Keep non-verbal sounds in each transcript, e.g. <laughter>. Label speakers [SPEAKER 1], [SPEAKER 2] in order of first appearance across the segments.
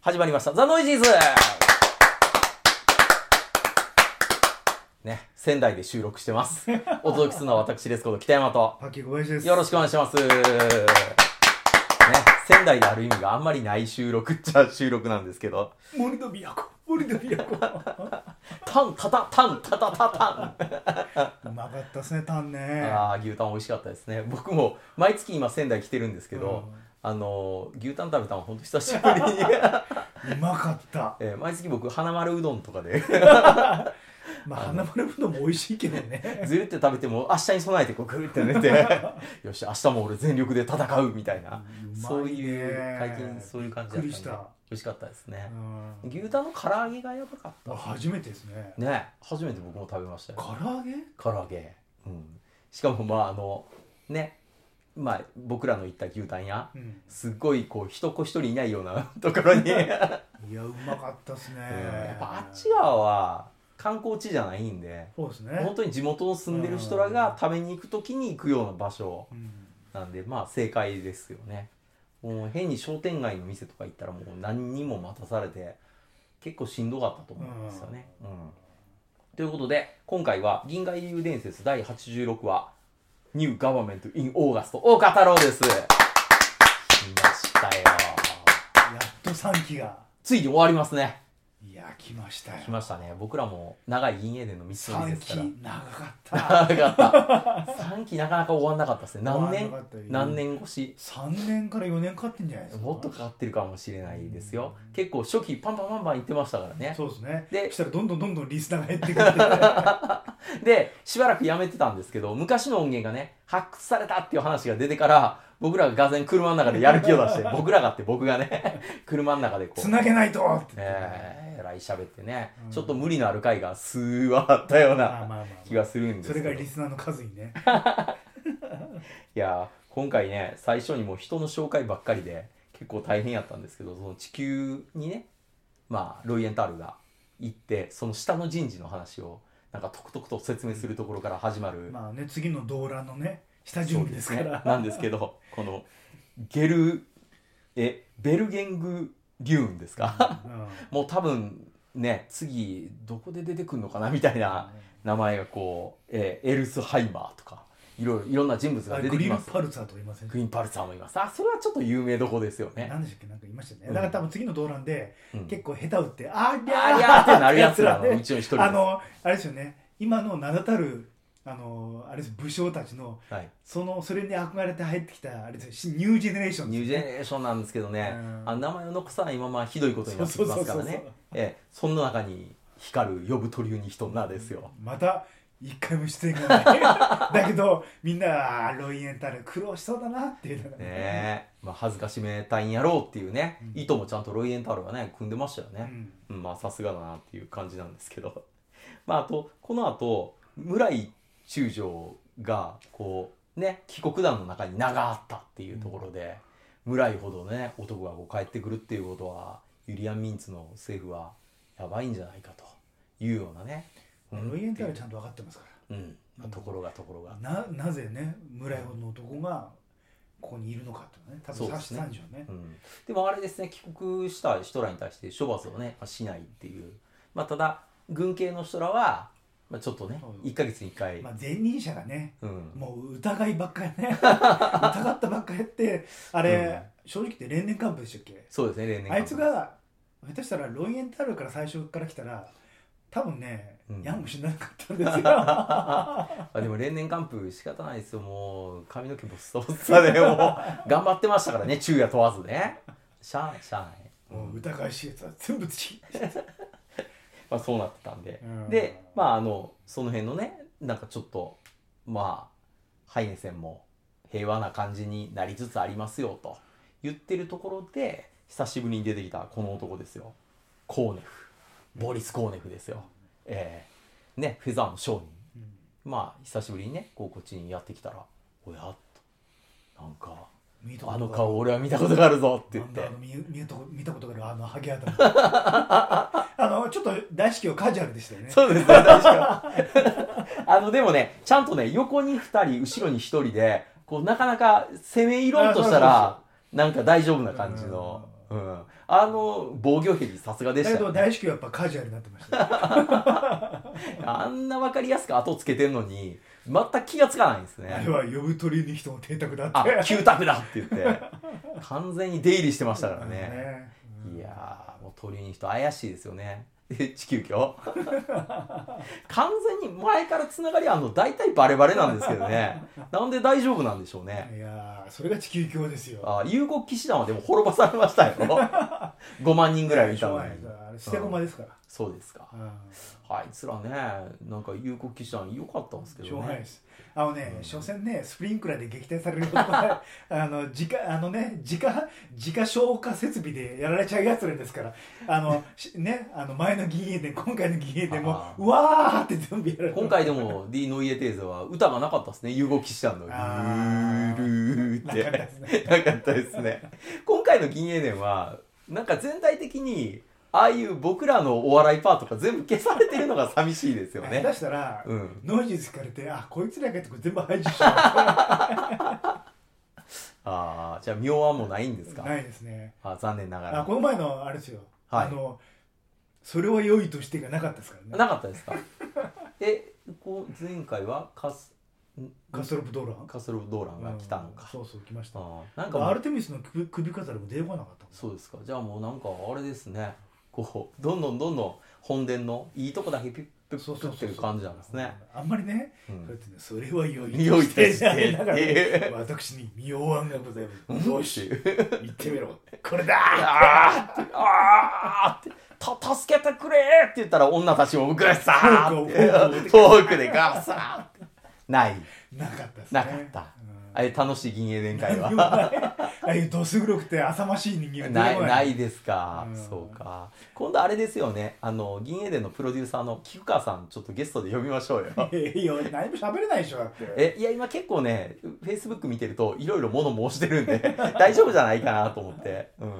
[SPEAKER 1] 始まりました。ザ・ノイジーズね、仙台で収録して
[SPEAKER 2] <laughs>
[SPEAKER 1] ます。お届けするのは私ですこと北山と。
[SPEAKER 2] パッキー小林です。
[SPEAKER 1] よろしくお願いします。ね、仙台である意味があんまりない収録っちゃ収録なんですけど。
[SPEAKER 2] 森の都、森の都。
[SPEAKER 1] タンタタタンタタタタン。
[SPEAKER 2] うまかったですね、タンね。
[SPEAKER 1] ああ、牛タン美味しかったですね。僕も毎月今仙台来てるんですけど、
[SPEAKER 2] うん
[SPEAKER 1] あのー牛タン食べたのほんと久しぶ
[SPEAKER 2] <laughs>
[SPEAKER 1] りに、
[SPEAKER 2] うまかった。
[SPEAKER 1] えー毎月僕花丸うどんとかで
[SPEAKER 2] まあ、花丸ぶどうも美味しいけどね。
[SPEAKER 1] ずるって食べても明日に備えてこうグーって寝
[SPEAKER 2] <laughs>
[SPEAKER 1] てよし明日も俺全力で戦うみたいなそういう最近そういう感じだったんで
[SPEAKER 2] びっくりした
[SPEAKER 1] 美味しかったですね
[SPEAKER 2] う、ん
[SPEAKER 1] 牛タンの唐揚げがやばかった
[SPEAKER 2] あ初めてですね。
[SPEAKER 1] ね初めて僕も食べましたよ
[SPEAKER 2] 唐揚げ
[SPEAKER 1] 唐揚げ、うん、しかもまああのねまあ僕らの行った牛タン屋
[SPEAKER 2] うん。
[SPEAKER 1] すっごいこう人子一人いないような <laughs> ところに、
[SPEAKER 2] いや、うまかったですね。
[SPEAKER 1] やっぱあっち側は観光地じゃないんで
[SPEAKER 2] そうですね
[SPEAKER 1] 本。当に地元の住んでる人らが食べに行く時に行くような場所
[SPEAKER 2] うん
[SPEAKER 1] なんでまあ正解ですよねもう変に商店街の店とか行ったらもう何にも待たされて結構しんどかったと思うんですよね、うんということで今回は「銀河英雄伝説第86話ニューガバメント・イン・オーガスト」大岡太郎です来ましたよ
[SPEAKER 2] やっと三期が。
[SPEAKER 1] ついに終わりますね
[SPEAKER 2] いや、来ました
[SPEAKER 1] 来
[SPEAKER 2] よ。
[SPEAKER 1] ましたね僕らも長い銀英伝の道のり
[SPEAKER 2] 三
[SPEAKER 1] で
[SPEAKER 2] 期
[SPEAKER 1] すから、 <laughs>
[SPEAKER 2] 長かった。
[SPEAKER 1] 長かった3期なかなか終わんなかったですね何
[SPEAKER 2] 終わん
[SPEAKER 1] 年
[SPEAKER 2] なかったよ
[SPEAKER 1] 何年越し
[SPEAKER 2] 三年から四年かってんじゃないですか。
[SPEAKER 1] もっとかかってるかもしれないですよ結構初期パンパンパンパン言ってましたからね
[SPEAKER 2] そうですね。
[SPEAKER 1] で
[SPEAKER 2] そしたらどんどんどんどんリスナーが減ってくるってね。
[SPEAKER 1] でしばらくやめてたんですけど昔の音源がね発掘されたっていう話が出てから僕らががぜん車の中でやる気を出して <laughs> 僕らがって僕がね <laughs> 車の中でこう
[SPEAKER 2] つなげないとって言ってね、
[SPEAKER 1] えーえらい喋ってね、
[SPEAKER 2] うん
[SPEAKER 1] ちょっと無理のある回が数はあったよう
[SPEAKER 2] まあ
[SPEAKER 1] な
[SPEAKER 2] まあまあまあ
[SPEAKER 1] 気がするんです
[SPEAKER 2] そ
[SPEAKER 1] け
[SPEAKER 2] れ
[SPEAKER 1] ど
[SPEAKER 2] がリスナーの数にね
[SPEAKER 1] いやー今回ね最初にもう人の紹介ばっかりで結構大変やったんですけどその地球にねまあロイエンタールが行ってその下の人事の話をなんかとくとくと説明するところから始まる、
[SPEAKER 2] まあね次の動乱のね下準
[SPEAKER 1] そう
[SPEAKER 2] 備ですから
[SPEAKER 1] なんですけどこのゲルえベルゲングリューンですかもう多分ね次どこで出てくるのかなみたいな名前がこう、えーエルスハイマーとかいろいろいろんな人物
[SPEAKER 2] うん
[SPEAKER 1] が
[SPEAKER 2] あ
[SPEAKER 1] 出て
[SPEAKER 2] グ
[SPEAKER 1] き
[SPEAKER 2] リル
[SPEAKER 1] ます
[SPEAKER 2] パルツァーとかいません
[SPEAKER 1] グリーンパルサーもいます。あ、それはちょっと有名どこですよね。
[SPEAKER 2] 何でしたっけなんかいましたよね、
[SPEAKER 1] うん
[SPEAKER 2] だから多分次の動乱で、
[SPEAKER 1] うん
[SPEAKER 2] 結構下手打ってありゃ
[SPEAKER 1] ありゃーってなるやつ <laughs> らのうちの一人です
[SPEAKER 2] あのあれですよね今の名だたるあのあれです武将たちの
[SPEAKER 1] はい。
[SPEAKER 2] そのそれに憧れて入ってきたあれですよニュージェネレーション
[SPEAKER 1] ニュージ
[SPEAKER 2] ですね
[SPEAKER 1] ェネレーションなんですけどね、
[SPEAKER 2] うん
[SPEAKER 1] あの名前を残さないままひどいことになってきますから
[SPEAKER 2] そうそうそうそう
[SPEAKER 1] ね。ええ、そんな中に光る呼ぶ鳥に人なですよ。
[SPEAKER 2] また一回も出演が
[SPEAKER 1] <laughs>
[SPEAKER 2] ないだけどみんなあーロイエンタル苦労しそうだなっていうのが
[SPEAKER 1] ねえ、まあ恥ずかしめたいんやろうっていうね、
[SPEAKER 2] うん
[SPEAKER 1] 意図もちゃんとロイエンタールがね、組んでましたよ
[SPEAKER 2] う
[SPEAKER 1] ね。
[SPEAKER 2] ん
[SPEAKER 1] うん、まあさすがだなっていう感じなんですけど。 <laughs> まああと、この後、村井中将が、こう、ね、帰国団の中に名があったっていうところで、村井ほどね、男がこう帰ってくるっていうことは、ユリアン・ミンツの政府はやばいんじゃないかというようなね。うん
[SPEAKER 2] ロイエンタルはちゃんと分かってますか
[SPEAKER 1] うん、まあところがところが
[SPEAKER 2] ら。ななぜね村井ほどの男がここにいるのかっていうのね多
[SPEAKER 1] そう
[SPEAKER 2] 分
[SPEAKER 1] で
[SPEAKER 2] 察
[SPEAKER 1] す
[SPEAKER 2] し
[SPEAKER 1] ね
[SPEAKER 2] たんでしょうね
[SPEAKER 1] うん、でもあれですね帰国した人らに対して処罰をね、まあ、しないっていう、まあ、ただ軍系の人らは、まあ、ちょっとね
[SPEAKER 2] うん
[SPEAKER 1] 1ヶ月に1回、
[SPEAKER 2] まあ、前任者がね
[SPEAKER 1] うん、
[SPEAKER 2] もう疑いばっかり
[SPEAKER 1] <laughs>
[SPEAKER 2] ね疑ったばっかりやってあれ、正直言って連年幹部でしたっけ
[SPEAKER 1] そうですね例年間
[SPEAKER 2] あいつが下手したらロイエンタルから最初から来たら多分ね、
[SPEAKER 1] うん
[SPEAKER 2] やんもしなかったんです
[SPEAKER 1] <laughs>
[SPEAKER 2] よ
[SPEAKER 1] あでも例年完封仕方ないですよもう髪の毛ボッサボッサ
[SPEAKER 2] <laughs>
[SPEAKER 1] でもう頑張ってましたからね昼夜問わずねしゃあないしゃあない、うん
[SPEAKER 2] もう疑わしいやつは全部突き
[SPEAKER 1] まあ、そうなってたんで、
[SPEAKER 2] うん
[SPEAKER 1] でまああのその辺のねなんかちょっとまあハイネ戦も平和な感じになりつつありますよと言ってるところで久しぶりに出てきたこの男ですよコーネフボリス・コーネフですよ、ええねフェザーの商人まあ久しぶりにねこうこっちにやってきたら「おや?」となんか
[SPEAKER 2] 見
[SPEAKER 1] 「
[SPEAKER 2] たことが
[SPEAKER 1] あの顔俺は見たことがあるぞ」って言
[SPEAKER 2] な
[SPEAKER 1] っ
[SPEAKER 2] ん
[SPEAKER 1] て
[SPEAKER 2] だあの見見たこと見たことがあるあのハゲ
[SPEAKER 1] <laughs>
[SPEAKER 2] 頭あのちょっと大至急カジュアルでしたよね
[SPEAKER 1] そうですね、 <laughs> 確か。あの、でもね、ちゃんとね、横に2人、後ろに1人で、こう、なかなか攻め入ろうとした
[SPEAKER 2] あそうそう
[SPEAKER 1] ら、なんか大丈夫な感じの、うん、あの防御壁さすがで
[SPEAKER 2] だ
[SPEAKER 1] し
[SPEAKER 2] け
[SPEAKER 1] たよ
[SPEAKER 2] ど大至急やっぱカジュアルになってましたね
[SPEAKER 1] あんな分かりやすく後つけてんのに全く気がつかないんです
[SPEAKER 2] あ
[SPEAKER 1] ね
[SPEAKER 2] れは呼ぶ鳥に人の邸宅だっ
[SPEAKER 1] あ
[SPEAKER 2] て
[SPEAKER 1] 旧宅だって言って完全に出入りしてましたからね
[SPEAKER 2] うん
[SPEAKER 1] いやーもう鳥に人怪しいですよね <laughs> で地球
[SPEAKER 2] <laughs>
[SPEAKER 1] 卿完全に前からつながりあるの大体バレバレなんですけど
[SPEAKER 2] <laughs>
[SPEAKER 1] ねなんで大丈夫なんでしょうね
[SPEAKER 2] いやーそれが地球教ですよ
[SPEAKER 1] あ有国騎士団はでも滅ぼされましたよ <laughs> 5万人ぐらいいたのに
[SPEAKER 2] しょうがないですあれ捨て駒ですから、
[SPEAKER 1] そうですか
[SPEAKER 2] う
[SPEAKER 1] あいつらねなんか有国騎士団良かったんですけ
[SPEAKER 2] ん、しょう
[SPEAKER 1] ど
[SPEAKER 2] がない
[SPEAKER 1] ね
[SPEAKER 2] ですあのね、
[SPEAKER 1] うん
[SPEAKER 2] 所詮ねスプリンクラーで撃退されるこ
[SPEAKER 1] <laughs>
[SPEAKER 2] とはあの自家あのね自家自家消火設備でやられちゃうやつらですからあのしねあの前の議員で今回の議員でも
[SPEAKER 1] あー
[SPEAKER 2] うわーって全部やられて
[SPEAKER 1] 今回でも D ノイエテーゼは歌がなかったですね有国騎士団のル
[SPEAKER 2] あ
[SPEAKER 1] ー
[SPEAKER 2] ー
[SPEAKER 1] ルーっ
[SPEAKER 2] なかった
[SPEAKER 1] て
[SPEAKER 2] ですね
[SPEAKER 1] なかったですね。今回の銀英伝は、なんか全体的に、ああいう僕らのお笑いパートが全部消されてるのが寂しいですよ
[SPEAKER 2] 下
[SPEAKER 1] ね。
[SPEAKER 2] <laughs> 手したら、
[SPEAKER 1] うん。
[SPEAKER 2] ノイジー聞かれてあこいつらがやってこれ全部排除しちゃ
[SPEAKER 1] ああ、じゃあ妙案もないんです
[SPEAKER 2] う
[SPEAKER 1] か。
[SPEAKER 2] ないですね
[SPEAKER 1] あ残念 <laughs> なが
[SPEAKER 2] あ
[SPEAKER 1] ら
[SPEAKER 2] こ。の前のあれですよ、
[SPEAKER 1] はい
[SPEAKER 2] あのそれは良いとしてがなかったですからね
[SPEAKER 1] なかったですか。え、こう前回はカス、ん
[SPEAKER 2] カストロプドーラン
[SPEAKER 1] カスロドーランが来たのか。
[SPEAKER 2] そうそう来ました
[SPEAKER 1] ああなんかも
[SPEAKER 2] アル
[SPEAKER 1] う、
[SPEAKER 2] テミスの首首飾りも出てこなかった
[SPEAKER 1] そうですか。じゃあもうなんかあれですね。こう、どんどんどんどん本殿のいいとこだけピュッピュッピュッピュッっていう感じなんですね。
[SPEAKER 2] あんまりね、
[SPEAKER 1] うん
[SPEAKER 2] そうやってねそれは良い
[SPEAKER 1] 良いとして
[SPEAKER 2] やりながら
[SPEAKER 1] ええ
[SPEAKER 2] 私に妙案がございますどうし
[SPEAKER 1] よ
[SPEAKER 2] 言ってみろこれだ
[SPEAKER 1] あーあーってた助けてくれーって言ったら女たちもグッサーってフォークでガサーってない
[SPEAKER 2] なかったですね
[SPEAKER 1] なかった、ああいう楽しい銀英伝会
[SPEAKER 2] うん
[SPEAKER 1] は
[SPEAKER 2] 何もない <laughs> ああいうどす黒くて浅ましい人間が
[SPEAKER 1] な
[SPEAKER 2] 出て
[SPEAKER 1] い
[SPEAKER 2] こ
[SPEAKER 1] ないですか、
[SPEAKER 2] うん
[SPEAKER 1] そうか今度あれですよねあの銀英伝のプロデューサーの菊川さんちょっとゲストで呼びましょうよ
[SPEAKER 2] いや何も喋れないでしょだって
[SPEAKER 1] えいや今結構ねフェイスブック見てるといろいろ物申してるんで <laughs> 大丈夫じゃないかなと思って、うん、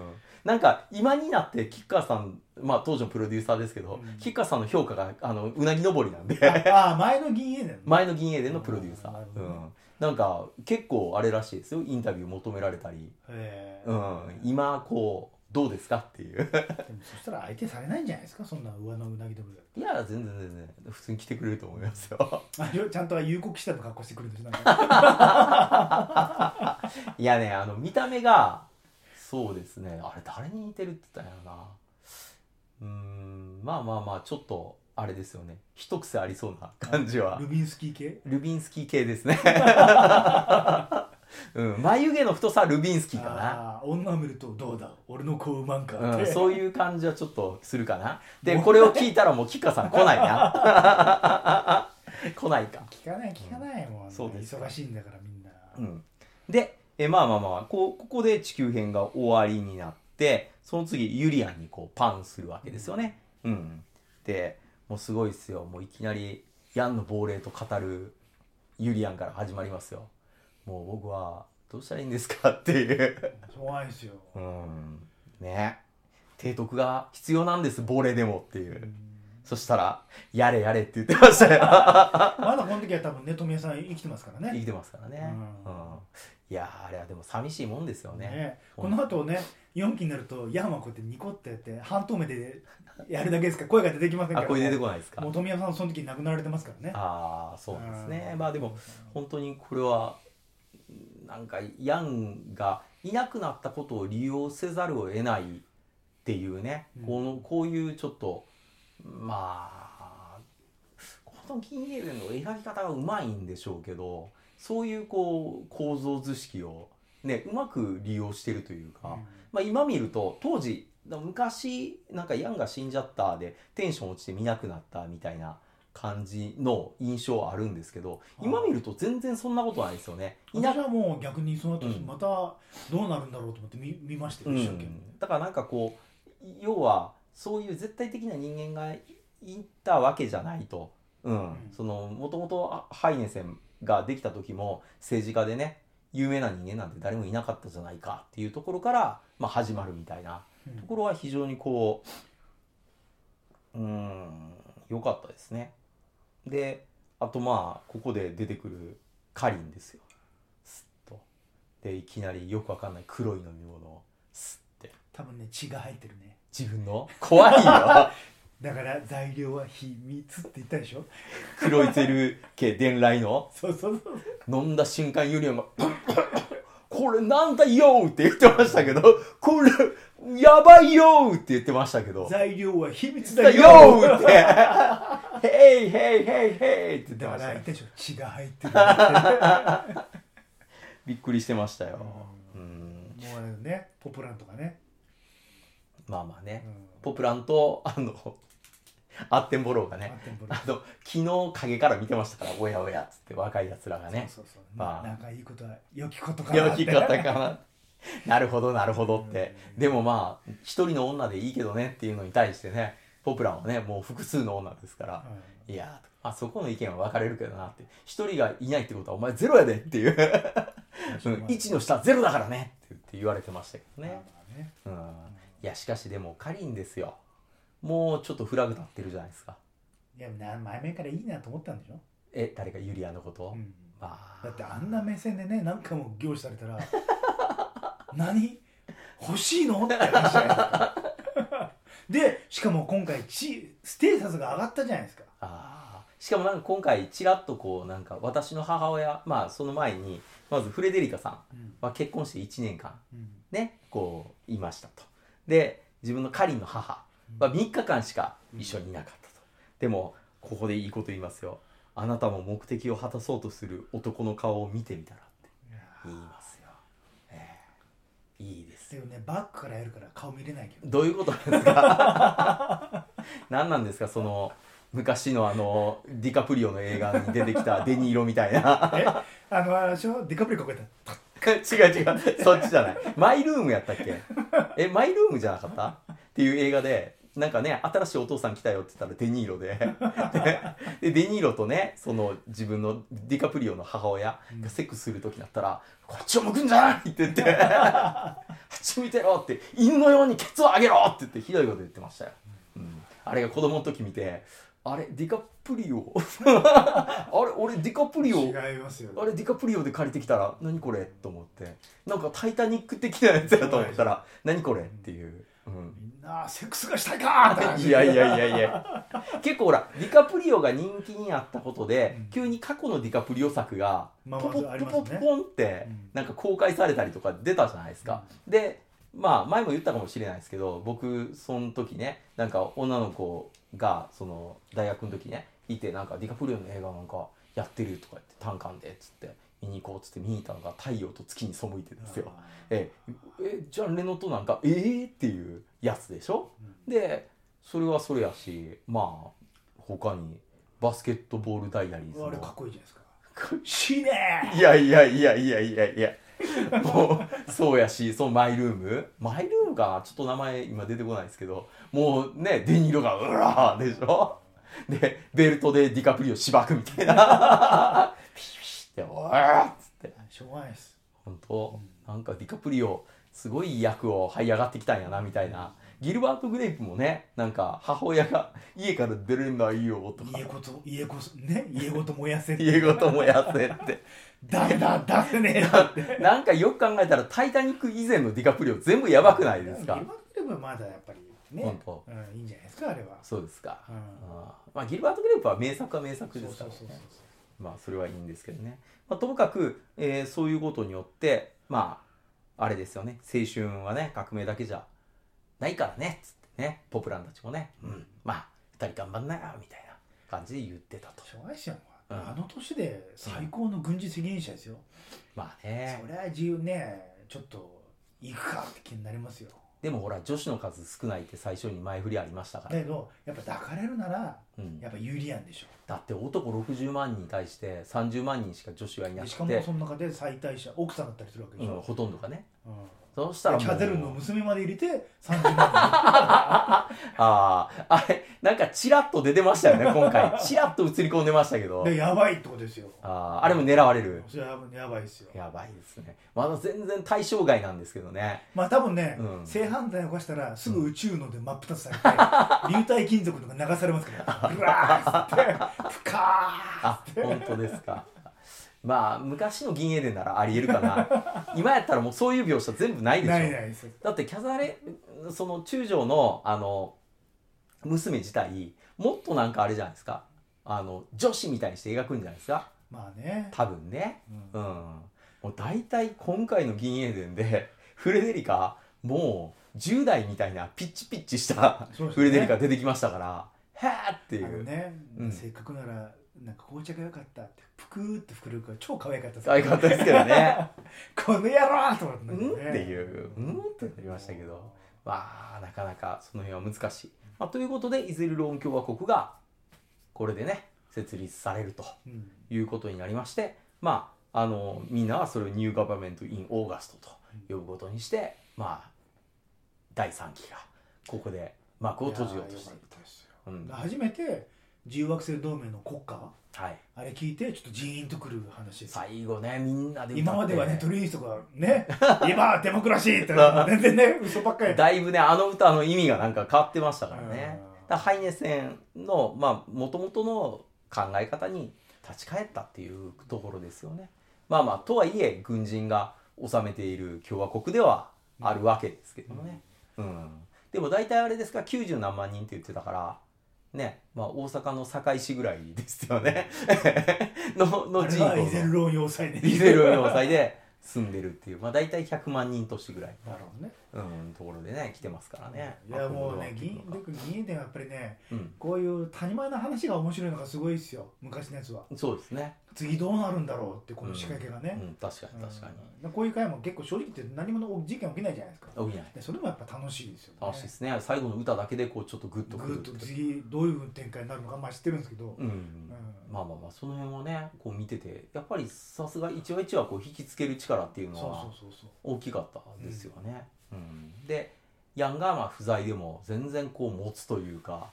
[SPEAKER 1] なんか今になって吉川さん、まあ、当時のプロデューサーですけど
[SPEAKER 2] うん
[SPEAKER 1] 吉川、さんの評価があのうなぎ登りなん
[SPEAKER 2] <laughs>
[SPEAKER 1] で
[SPEAKER 2] ああ前の銀英伝
[SPEAKER 1] 前の銀英伝のプロデューサー
[SPEAKER 2] なる、ほ
[SPEAKER 1] う
[SPEAKER 2] どね
[SPEAKER 1] ん、なんか結構あれらしいですよインタビュー求められたり、
[SPEAKER 2] ええ
[SPEAKER 1] うん、今こうどうですかっていう <laughs>
[SPEAKER 2] でもそしたら相手されないんじゃないですかそんな上のうなぎどぶだ
[SPEAKER 1] いや全然全然普通に来てくれると思いますよ
[SPEAKER 2] あちゃんと有効期待の格好してくるんですなん
[SPEAKER 1] <laughs>
[SPEAKER 2] か
[SPEAKER 1] いやねあの見た目がそうですねあれ誰に似てるって言ったんやろなうーんまあまあまあちょっとあれですよね一癖ありそうな感じは
[SPEAKER 2] ルビンスキー系
[SPEAKER 1] ルビンスキー系です
[SPEAKER 2] <laughs>
[SPEAKER 1] ねうん眉毛の太さはルビンスキーかな
[SPEAKER 2] あー女を見るとどうだ俺の子馬んかって、
[SPEAKER 1] うん、
[SPEAKER 2] <laughs> う
[SPEAKER 1] そういう感じはちょっとするかなで
[SPEAKER 2] もう
[SPEAKER 1] これを聞いたらもう吉川さん来ないな来ない <laughs> か
[SPEAKER 2] 聞かない聞かないもん、
[SPEAKER 1] そうですか
[SPEAKER 2] 忙しいんだからみんな、
[SPEAKER 1] うん、でえまあまあまあこうここで地球編が終わりになってその次ユリアンにこうパンするわけですよね。うん、でもうすごいですよもういきなりヤンの亡霊と語るユリアンから始まりますよ。もう僕はどうしたらいいんですかっていう。 <laughs>
[SPEAKER 2] しょうがないですよ、
[SPEAKER 1] うん、ね提督が必要なんです亡霊でもっていう。そしたら「やれやれ」って言ってました <laughs> よ。
[SPEAKER 2] まだこの時は多分ね富江さん生きてますから
[SPEAKER 1] 生
[SPEAKER 2] ね
[SPEAKER 1] きてますからね。う
[SPEAKER 2] うん
[SPEAKER 1] んいやーあれはでも寂しいもんですよね。
[SPEAKER 2] ねこの後ね4期になるとヤンはこうやってニコってやって半透明でやるだけですから声が出てきませんか
[SPEAKER 1] あ
[SPEAKER 2] ら
[SPEAKER 1] これ出てこないですか
[SPEAKER 2] もう富江さんその時亡くなられてますからね
[SPEAKER 1] ああそうですね
[SPEAKER 2] うん
[SPEAKER 1] まあでも本当にこれはなんかヤンがいなくなったことを利用せざるを得ないっていうね、
[SPEAKER 2] うん
[SPEAKER 1] このこういうちょっとまあこの銀英伝の描き方がうまいんでしょうけどそういうこう構造図式をねうまく利用してるというか、まあ、今見ると当時昔なんかヤンが死んじゃったでテンション落ちて見なくなったみたいな感じの印象はあるんですけど今見ると全然そんなことないですよね。
[SPEAKER 2] うん
[SPEAKER 1] いな
[SPEAKER 2] 私はもう逆にその後
[SPEAKER 1] うん
[SPEAKER 2] またどうなるんだろうと思って見見ました
[SPEAKER 1] う
[SPEAKER 2] よ一生懸命、
[SPEAKER 1] ん、だからなんかこう要はそういう絶対的な人間がいたわけじゃないと、うん
[SPEAKER 2] ん
[SPEAKER 1] そのもともとハイネセンができた時も政治家でね有名な人間なんて誰もいなかったじゃないかっていうところから、まあ、始まるみたいな
[SPEAKER 2] うん
[SPEAKER 1] ところは非常にこううーん良かったですねであとまあここで出てくるカリンですよスッとでいきなりよくわかんない黒い飲み物をスッて
[SPEAKER 2] 多分ね血が入ってるね
[SPEAKER 1] 自分の怖いよ
[SPEAKER 2] だから材料は秘密って言ったでしょ
[SPEAKER 1] 黒いゼル系伝来の
[SPEAKER 2] そうそうそう
[SPEAKER 1] 飲んだ瞬間ユリアンが <coughs> 「これなんだよ!」って言ってましたけど「これやばいよ!」って言ってましたけど
[SPEAKER 2] 材料は秘密
[SPEAKER 1] 「だ
[SPEAKER 2] だ
[SPEAKER 1] よ!」
[SPEAKER 2] よ <laughs>
[SPEAKER 1] って「ヘイヘイヘイヘイ!」って言って
[SPEAKER 2] だか
[SPEAKER 1] まし
[SPEAKER 2] ら
[SPEAKER 1] た
[SPEAKER 2] 言っ
[SPEAKER 1] ね
[SPEAKER 2] たでしょ血が入ってる
[SPEAKER 1] びっくりしてましたよ
[SPEAKER 2] う
[SPEAKER 1] うん
[SPEAKER 2] んもうあれねポプランとかね、
[SPEAKER 1] まあまあね
[SPEAKER 2] うん
[SPEAKER 1] ポプランとあのアッテンボローが
[SPEAKER 2] ア
[SPEAKER 1] ね
[SPEAKER 2] ッテンボロ
[SPEAKER 1] あの昨日影から見てましたから「おやおや」っつって若いやつらがね
[SPEAKER 2] そうそうそう
[SPEAKER 1] まあ
[SPEAKER 2] 仲いいことは良きことかな
[SPEAKER 1] 良
[SPEAKER 2] って
[SPEAKER 1] き方かな。なるほど、なるほどって。
[SPEAKER 2] うん
[SPEAKER 1] でもまあ、一人の女でいいけどねっていうのに対してね、ポプランはね、もう複数の女ですから、いやー、あそこの意見は分かれるけどなって。一人がいないってことはお前ゼロやでっていう。
[SPEAKER 2] う
[SPEAKER 1] うんん1の下はゼロだからねって言って言われてましたけど
[SPEAKER 2] まあ
[SPEAKER 1] ね
[SPEAKER 2] ま。あね
[SPEAKER 1] うん。いや、しかしでも、カリンですよ。もうちょっとフラグ立ってるじゃないですか。
[SPEAKER 2] いやな前々からいいなと思ったんでしょ、
[SPEAKER 1] え、誰かユリアのこと、
[SPEAKER 2] うん
[SPEAKER 1] まあ。
[SPEAKER 2] だってあんな目線でね何回も凝視された <laughs> ら何欲しいのって話じゃないですか <laughs> でしかも今回ちステータスが上がったじゃないですか
[SPEAKER 1] あーしかもなんか今回ちらっとこうなんか私の母親まあその前にまずフレデリカさん
[SPEAKER 2] うん
[SPEAKER 1] は結婚して1年間
[SPEAKER 2] うん
[SPEAKER 1] ねこういましたとで自分のカリンの母は3日間しか一緒にいなかったと、でもここでいいこと言いますよあなたも目的を果たそうとする男の顔を見てみたらって
[SPEAKER 2] いや
[SPEAKER 1] 言いますよ、ええいいです
[SPEAKER 2] で
[SPEAKER 1] よ
[SPEAKER 2] もねバックからやるから顔見れないけ
[SPEAKER 1] ど
[SPEAKER 2] ど
[SPEAKER 1] ういうことなんですか <laughs> 何なんですかその昔のあのディカプリオの映画に出てきたデニーロみたいな
[SPEAKER 2] え <laughs> あのあれでしょディカプリコこうやって
[SPEAKER 1] 違う違うそっちじゃないマイルームやったっけえマイルームじゃなかったっていう映画でなんかね新しいお父さん来たよって言ったらデニーロでででデニーロとねその自分のディカプリオの母親がセックスする時になったら「こっちを向くんじゃない!」って言って「あっち向いてろ!」って「犬のようにケツを上げろ!」って言ってひどいこと言ってましたよ。うんあれが子供の時見て「あれディカプリオ <laughs> あれ俺ディカプリオ
[SPEAKER 2] 違いますよ
[SPEAKER 1] あれディカプリオで借りてきたら「何これ?」と思ってなんか「タイタニック」的なやつやと思ったら「何これ?」っていう、うん、
[SPEAKER 2] みんなセックスがしたいかーって話
[SPEAKER 1] いやいやいやいや結構ほらディカプリオが人気になったことで、
[SPEAKER 2] うん
[SPEAKER 1] 急に過去のディカプリオ作が
[SPEAKER 2] まあ
[SPEAKER 1] ポポ
[SPEAKER 2] まああ
[SPEAKER 1] ッ
[SPEAKER 2] り
[SPEAKER 1] ポ
[SPEAKER 2] ます
[SPEAKER 1] ポ
[SPEAKER 2] ね
[SPEAKER 1] ッポンって
[SPEAKER 2] うん
[SPEAKER 1] なんか公開されたりとか出たじゃないですか、でまあ前も言ったかもしれないですけど僕その時ねなんか女の子がその大学の時ねいてなんかディカプリオの映画なんかやってるとか言って単館でっつって見に行こうっつって見に行ったのが太陽と月に背いてるんですよ
[SPEAKER 2] あー
[SPEAKER 1] ええじゃあレノとなんかええっていうやつでしょでそれはそれやしまあ他にバスケットボールダイアリーズ
[SPEAKER 2] うんあれかっ
[SPEAKER 1] も
[SPEAKER 2] こいいじゃないですか死ねー
[SPEAKER 1] いやいやいやいやいやいやもうそうやしそのマイルームマイルームかちょっと名前今出てこないですけどもうねデニーロがうらーでしょでベルトでディカプリオしばくみたいなピシピシっておらーっつって
[SPEAKER 2] しょうがないです
[SPEAKER 1] 本当なんかディカプリオすごい役を這い上がってきたんやなみたいなギルバート・グレイプもねなんか母親が家から出れないよとか
[SPEAKER 2] 家ごと家ごとね家ごと燃やせって
[SPEAKER 1] 家ごともやせって
[SPEAKER 2] だだだせねえ
[SPEAKER 1] <laughs>
[SPEAKER 2] なって
[SPEAKER 1] なんかよく考えたら「タイタニック」以前のディカプリオ全部やばくないです
[SPEAKER 2] ギ
[SPEAKER 1] か
[SPEAKER 2] ルバートクレープはまだやっぱりね、
[SPEAKER 1] 本当
[SPEAKER 2] うん、いいんじゃないですかあれは
[SPEAKER 1] そうですか、
[SPEAKER 2] うん
[SPEAKER 1] あーまあ、ギルバート・グレープは名作は名作ですからね
[SPEAKER 2] そうそうそう
[SPEAKER 1] まあそれはいいんですけどね、まあ、ともかく、えーそういうことによってまああれですよね青春はね革命だけじゃないからねっつってねポプランたちもね、うん、まあ2人頑張んなよみたいな感じで言ってたと
[SPEAKER 2] そう障害者は、
[SPEAKER 1] うん
[SPEAKER 2] あの年で最高の軍事責任者ですよ、
[SPEAKER 1] まあね
[SPEAKER 2] そりゃ自由ねちょっと行くかって気になりますよ
[SPEAKER 1] でもほら女子の数少ないって最初に前振りありましたか
[SPEAKER 2] だ
[SPEAKER 1] ら、
[SPEAKER 2] けどやっぱ抱かれるなら
[SPEAKER 1] うん、
[SPEAKER 2] やっぱユリアンでしょ
[SPEAKER 1] だって男60万人に対して30万人しか女子はいなく
[SPEAKER 2] でしてかもその中で最大者奥さんだったりするわけで
[SPEAKER 1] う
[SPEAKER 2] し
[SPEAKER 1] ん、
[SPEAKER 2] ょ、
[SPEAKER 1] ほとんどがね
[SPEAKER 2] うん
[SPEAKER 1] そうしたらもう
[SPEAKER 2] チャゼルの娘まで入れて30万
[SPEAKER 1] <laughs> ああ、あれ、なんかチラッと出てましたよね、今回。チラッと映り込んでましたけど
[SPEAKER 2] 人。でやばいってことですよ
[SPEAKER 1] ああ、あれも狙われる。
[SPEAKER 2] それはやばいですよ
[SPEAKER 1] やばいですね。まだ全然対象外なんですけどね。
[SPEAKER 2] まあ多分ね、
[SPEAKER 1] うん
[SPEAKER 2] 性犯罪を犯したらすぐ宇宙ので真っ二つされて、
[SPEAKER 1] <laughs>
[SPEAKER 2] 流体金属とか流されますから、ぐらーって、ふか
[SPEAKER 1] あ、本当ですか。まあ、昔の銀エ <laughs> デンならありえるかな。今やったらもうそういう描写全部ないで
[SPEAKER 2] ー
[SPEAKER 1] しょ。
[SPEAKER 2] ないないですよ。
[SPEAKER 1] だってキャザレ、その中将のあの娘自体もっとなんかあれじゃないですかあの女子みたいにして描くんじゃないですか
[SPEAKER 2] まあね、
[SPEAKER 1] 多分ね
[SPEAKER 2] うん
[SPEAKER 1] うんもう大体今回の銀英伝で <laughs> フレデリカもう10代みたいなピッチピッチした
[SPEAKER 2] そうです
[SPEAKER 1] フ
[SPEAKER 2] ね
[SPEAKER 1] レデリカ出てきましたから、へーってい
[SPEAKER 2] あの
[SPEAKER 1] う、
[SPEAKER 2] ね、
[SPEAKER 1] うん
[SPEAKER 2] せっかくならなんか紅茶が良かったってぷくーって膨れるから超可愛かったです
[SPEAKER 1] 可愛かったですけ
[SPEAKER 2] <laughs>
[SPEAKER 1] どね
[SPEAKER 2] この野郎と思って
[SPEAKER 1] うんっていううんってなりましたけどわあなかなかその辺は難しい、まあ、ということでイゼルローン共和国がこれでね設立されると
[SPEAKER 2] うん
[SPEAKER 1] いうことになりましてまああのみんなはそれをニューガバメント・イン・オーガストと呼ぶことにしてまあ第3期がここで幕を閉じようとしていると。うんは
[SPEAKER 2] 初めて自由惑星同盟の国歌
[SPEAKER 1] い、
[SPEAKER 2] あれ聞いてちょっとジーンとくる話です
[SPEAKER 1] 最後ねみんなで歌って
[SPEAKER 2] 今まではねトリニスとか
[SPEAKER 1] <laughs>
[SPEAKER 2] ね今デモクラシーって全然ね嘘ばっかり
[SPEAKER 1] だいぶねあの歌の意味がなんか変わってましたからね
[SPEAKER 2] うん
[SPEAKER 1] だからハイネセンのまあもともとの考え方に立ち返ったっていうところですよねまあまあとはいえ軍人が治めている共和国ではあるわけですけどね、うんでも大体あれですか90何万人って言ってたからねまあ大阪の堺市ぐらいですよね <laughs> のの
[SPEAKER 2] あれ
[SPEAKER 1] 人口
[SPEAKER 2] は
[SPEAKER 1] の
[SPEAKER 2] イゼルローン要塞ね
[SPEAKER 1] イゼル要塞で住んでるっていうまあ大体100万人都市ぐらい
[SPEAKER 2] なるほどね
[SPEAKER 1] うん、ところでね来てますからね。
[SPEAKER 2] いやもう
[SPEAKER 1] あ
[SPEAKER 2] ね
[SPEAKER 1] ここ
[SPEAKER 2] 銀
[SPEAKER 1] どうなっていくのか
[SPEAKER 2] 銀ではやっぱりね
[SPEAKER 1] うん、
[SPEAKER 2] こういう谷間の話が面白いのがすごいですよ昔のやつは
[SPEAKER 1] そうですね。
[SPEAKER 2] 次どうなるんだろうってこの仕掛けが
[SPEAKER 1] う
[SPEAKER 2] ね、
[SPEAKER 1] ん、確かに確かに。
[SPEAKER 2] うんこういう回も結構正直言って何も事件起きないじゃないですか
[SPEAKER 1] 補えない。
[SPEAKER 2] でそれもやっぱ楽しいですよね
[SPEAKER 1] 楽しいですね。最後の歌だけでこうちょっとグッとく
[SPEAKER 2] ぐ
[SPEAKER 1] るっ
[SPEAKER 2] っと
[SPEAKER 1] ていう。
[SPEAKER 2] 次どういう展開になるのかまあ知ってるんですけど、
[SPEAKER 1] うん、
[SPEAKER 2] うん
[SPEAKER 1] まあまあまあその辺はねこう見ててやっぱりさすが一話一話こう引きつける力っていう
[SPEAKER 2] そう
[SPEAKER 1] のは
[SPEAKER 2] そうそうそう
[SPEAKER 1] 大きかったですよね。うんでヤンがまあ不在でも全然こう持つというか、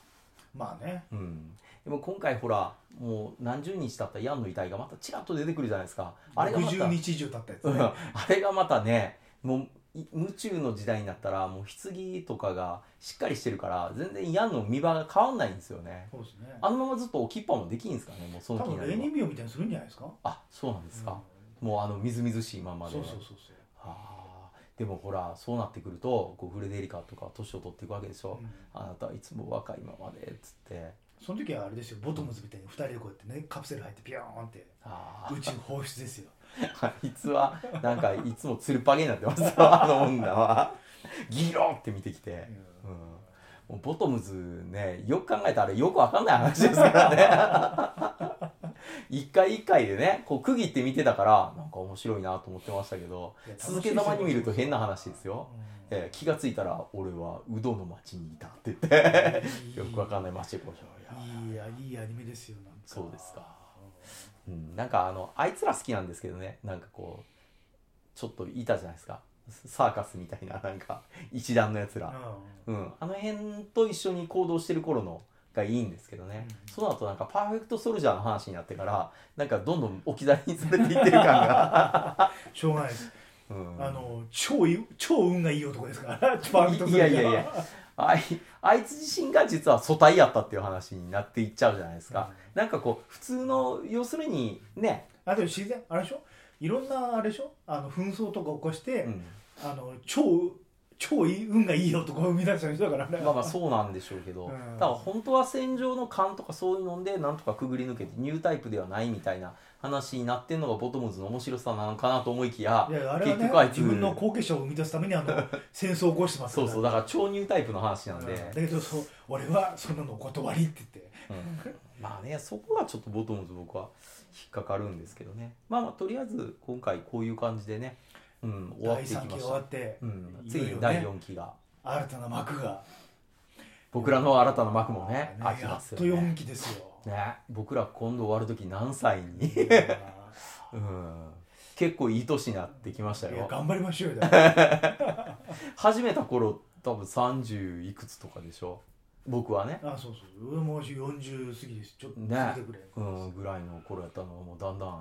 [SPEAKER 2] まあね
[SPEAKER 1] うん、でも今回ほらもう何十日経ったヤンの遺体がまたちらっと出てくるじゃないですか。あれがまた
[SPEAKER 2] 60日以上経ったやつ
[SPEAKER 1] う
[SPEAKER 2] ね、
[SPEAKER 1] んあれがまたねもうい夢中の時代になったらもう棺とかがしっかりしてるから全然矢の見場が変わんないんですよね
[SPEAKER 2] そうですね
[SPEAKER 1] あのままずっと置きっぱもできんですかねもうそ
[SPEAKER 2] 多
[SPEAKER 1] の気になれ
[SPEAKER 2] 分レ
[SPEAKER 1] ば
[SPEAKER 2] ニビオみたいにするんじゃないですか
[SPEAKER 1] あそうなんですか、
[SPEAKER 2] う
[SPEAKER 1] もうあのみずみずしいまんま
[SPEAKER 2] ん
[SPEAKER 1] で
[SPEAKER 2] そうそうそうそう
[SPEAKER 1] あーでもほらそうなってくるとこうフレデリカとか年を取っていくわけでしょ、
[SPEAKER 2] うん
[SPEAKER 1] あなたはいつも若いままでっつって
[SPEAKER 2] その時はあれですよボトムズみたいに2人でこうやってねカプセル入ってピョーンって
[SPEAKER 1] あ <laughs>
[SPEAKER 2] 宇宙放出ですよ
[SPEAKER 1] あいつはなんかいつもつるっぱげになってますわあの女はギローって見てきて、うんもうボトムズねよく考えたらあれよくわかんない話です <laughs> からね一回一回でねこう区切って見てたからなんか面白いなと思ってましたけど
[SPEAKER 2] いや楽しい
[SPEAKER 1] 続けざまに見ると変な話です
[SPEAKER 2] う
[SPEAKER 1] よ、
[SPEAKER 2] ん
[SPEAKER 1] えー気がついたら俺はうどの町にいたって言ってよくわかんない町でこうしようよ
[SPEAKER 2] いいやいいアニメですよなんか
[SPEAKER 1] そうですかうん、なんかあのあいつら好きなんですけどねなんかこうちょっといたじゃないですかサーカスみたいななんか一団のやつら、
[SPEAKER 2] う
[SPEAKER 1] うん、あの辺と一緒に行動してる頃のがいいんですけどね、
[SPEAKER 2] うん
[SPEAKER 1] その後なんかパーフェクトソルジャーの話になってからなんかどんどん置き去りにされていってる感 <laughs> が、
[SPEAKER 2] んしょうがないです
[SPEAKER 1] うん、
[SPEAKER 2] あの超い超運がいい男ですからパーフェクト
[SPEAKER 1] <laughs> い
[SPEAKER 2] ソ
[SPEAKER 1] や
[SPEAKER 2] ル
[SPEAKER 1] い
[SPEAKER 2] ジャー
[SPEAKER 1] やいやあいあいつ自身が実は素体やったっていう話になっていっちゃうじゃないですか、なんかこう普通の要するにね、
[SPEAKER 2] あと自然あれでしょいろんなあれでしょあの紛争とか起こして、
[SPEAKER 1] うん、
[SPEAKER 2] あの超超いい運がいい男を生み出した人だからね
[SPEAKER 1] まあまあそうなんでしょうけど、
[SPEAKER 2] うん
[SPEAKER 1] だから本当は戦場の勘とかそういうのでなんとかくぐり抜けてニュータイプではないみたいな話になってんのがボトムズの面白さなのかなと思いきや
[SPEAKER 2] いやあれ
[SPEAKER 1] 結
[SPEAKER 2] はね
[SPEAKER 1] 局あいつ
[SPEAKER 2] 自分の後継者を生み出すためにあの戦争を起こしてま
[SPEAKER 1] そ
[SPEAKER 2] すから
[SPEAKER 1] うそうだから超ニュータイプの話なん
[SPEAKER 2] うん
[SPEAKER 1] で、
[SPEAKER 2] だけどそう俺はそんなのお断りって言って
[SPEAKER 1] うんまあねそこはちょっとボトムズ僕は引っかかるんですけどねまあまあとりあえず今回こういう感じでね、うん、終わって
[SPEAKER 2] 第
[SPEAKER 1] いきま
[SPEAKER 2] 3期
[SPEAKER 1] し
[SPEAKER 2] 終わ
[SPEAKER 1] た
[SPEAKER 2] って、
[SPEAKER 1] うん、
[SPEAKER 2] いよいよ
[SPEAKER 1] 次
[SPEAKER 2] ね
[SPEAKER 1] 第4期が
[SPEAKER 2] 新たな幕が
[SPEAKER 1] 僕らの新たな幕もね開き
[SPEAKER 2] や
[SPEAKER 1] ま
[SPEAKER 2] っ
[SPEAKER 1] す
[SPEAKER 2] と
[SPEAKER 1] よね
[SPEAKER 2] 4期で
[SPEAKER 1] <laughs>
[SPEAKER 2] すよ、
[SPEAKER 1] ね僕ら今度終わる時何歳に
[SPEAKER 2] いや
[SPEAKER 1] <laughs> うん結構いい年になってきました
[SPEAKER 2] いや
[SPEAKER 1] よ
[SPEAKER 2] 頑張りましょう
[SPEAKER 1] <laughs>
[SPEAKER 2] よだから
[SPEAKER 1] 始めた頃多分30いくつとかでしょ僕はね
[SPEAKER 2] あそうそう俺もう40過ぎですちょっと
[SPEAKER 1] ね
[SPEAKER 2] 過ぎてくれ、
[SPEAKER 1] うんぐらいの頃やったのはもうだんだん
[SPEAKER 2] う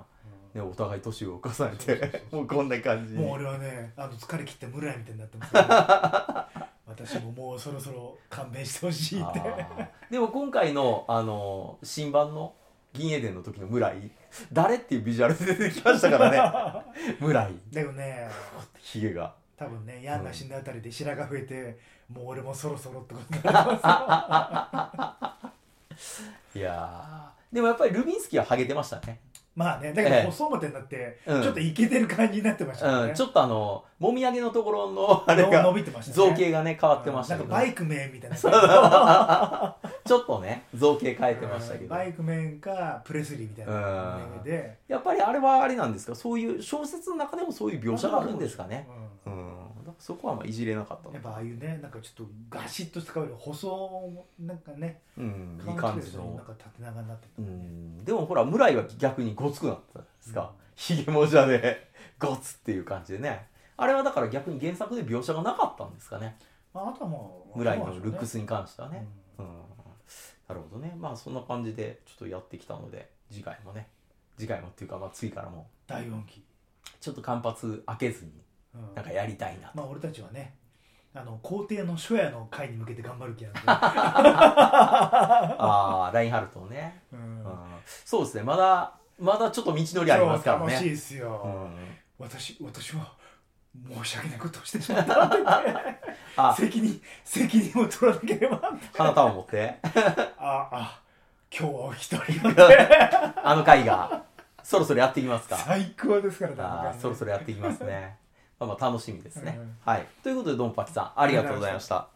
[SPEAKER 1] ね、お互い年を重ねて
[SPEAKER 2] そうそうそう
[SPEAKER 1] もうこんな感じ
[SPEAKER 2] ん
[SPEAKER 1] に
[SPEAKER 2] もう俺はねあの疲れ切って村井みたいになってますから私ももうそろそろ勘弁してほしいって
[SPEAKER 1] あーでも今回のあの新版の「銀エデン」の時の村井
[SPEAKER 2] <laughs>
[SPEAKER 1] 誰っていうビジュアルで出てきましたからね村井
[SPEAKER 2] だけどね
[SPEAKER 1] ヒゲが
[SPEAKER 2] 多分ねヤンが死んだあたりで白が増えて、もう俺もそろそろってことになりま
[SPEAKER 1] いやーでもやっぱりルビンスキーはハゲてましたね
[SPEAKER 2] すまあねだけ
[SPEAKER 1] え
[SPEAKER 2] ど
[SPEAKER 1] え
[SPEAKER 2] 細表になって、
[SPEAKER 1] うん
[SPEAKER 2] ちょっとイケてる感じになってましたよ
[SPEAKER 1] う
[SPEAKER 2] ね、
[SPEAKER 1] ん、ちょっとあのもみあげのところのあれ
[SPEAKER 2] 伸
[SPEAKER 1] が
[SPEAKER 2] びてましたね
[SPEAKER 1] 造形がね変わってましたけ
[SPEAKER 2] うん
[SPEAKER 1] ど
[SPEAKER 2] なんかバイク面みたいな
[SPEAKER 1] ちょっとね造形変えてましたけど
[SPEAKER 2] バイク面かプレスリーみたいな面で
[SPEAKER 1] やっぱりあれはあれなんですかそういう小説の中でもそういう描写があるんですかね、
[SPEAKER 2] う
[SPEAKER 1] うんん、だからそこはまあいじれなかった
[SPEAKER 2] や
[SPEAKER 1] の
[SPEAKER 2] っぱああいうねなんかちょっとガシッとした顔で細なんかね
[SPEAKER 1] うんいい感じの
[SPEAKER 2] なんか縦長になって
[SPEAKER 1] う
[SPEAKER 2] たね
[SPEAKER 1] んでもほら村井は逆にごつくなったんですか、
[SPEAKER 2] うん
[SPEAKER 1] ひげもじゃでごつっていう感じでねあれはだから逆に原作で描写がなかったんですかね
[SPEAKER 2] まああとはもう
[SPEAKER 1] 村井のルックスに関しては
[SPEAKER 2] ね
[SPEAKER 1] ね、うん、なるほどねまあそんな感じでちょっとやってきたので次回もね次回もっていうかまあ次からも
[SPEAKER 2] 第4期
[SPEAKER 1] ちょっと間髪開けずに
[SPEAKER 2] うん
[SPEAKER 1] なんかやりた
[SPEAKER 2] <laughs>
[SPEAKER 1] いなと
[SPEAKER 2] まあ俺たちはねあの皇帝の初夜の会に向けて頑張る気
[SPEAKER 1] <laughs>
[SPEAKER 2] なんで
[SPEAKER 1] ああラインハルトをね、
[SPEAKER 2] うん
[SPEAKER 1] うんそうですねまだまだちょっと道のりありますから
[SPEAKER 2] 今日は楽しい
[SPEAKER 1] ね
[SPEAKER 2] ですよ、
[SPEAKER 1] うん
[SPEAKER 2] 私私は申し訳ないことをしてしまった
[SPEAKER 1] <laughs>
[SPEAKER 2] って言って
[SPEAKER 1] あ
[SPEAKER 2] 責任責任を取らなければ
[SPEAKER 1] 花束持って
[SPEAKER 2] ああ今日はお一人なんで
[SPEAKER 1] <laughs> あの回がそろそろやってきますか
[SPEAKER 2] 最高ですから
[SPEAKER 1] あーそろそろやってきますねまあまあ楽しみですね、はいということでドンパキさんあ
[SPEAKER 2] あ
[SPEAKER 1] りがとうございました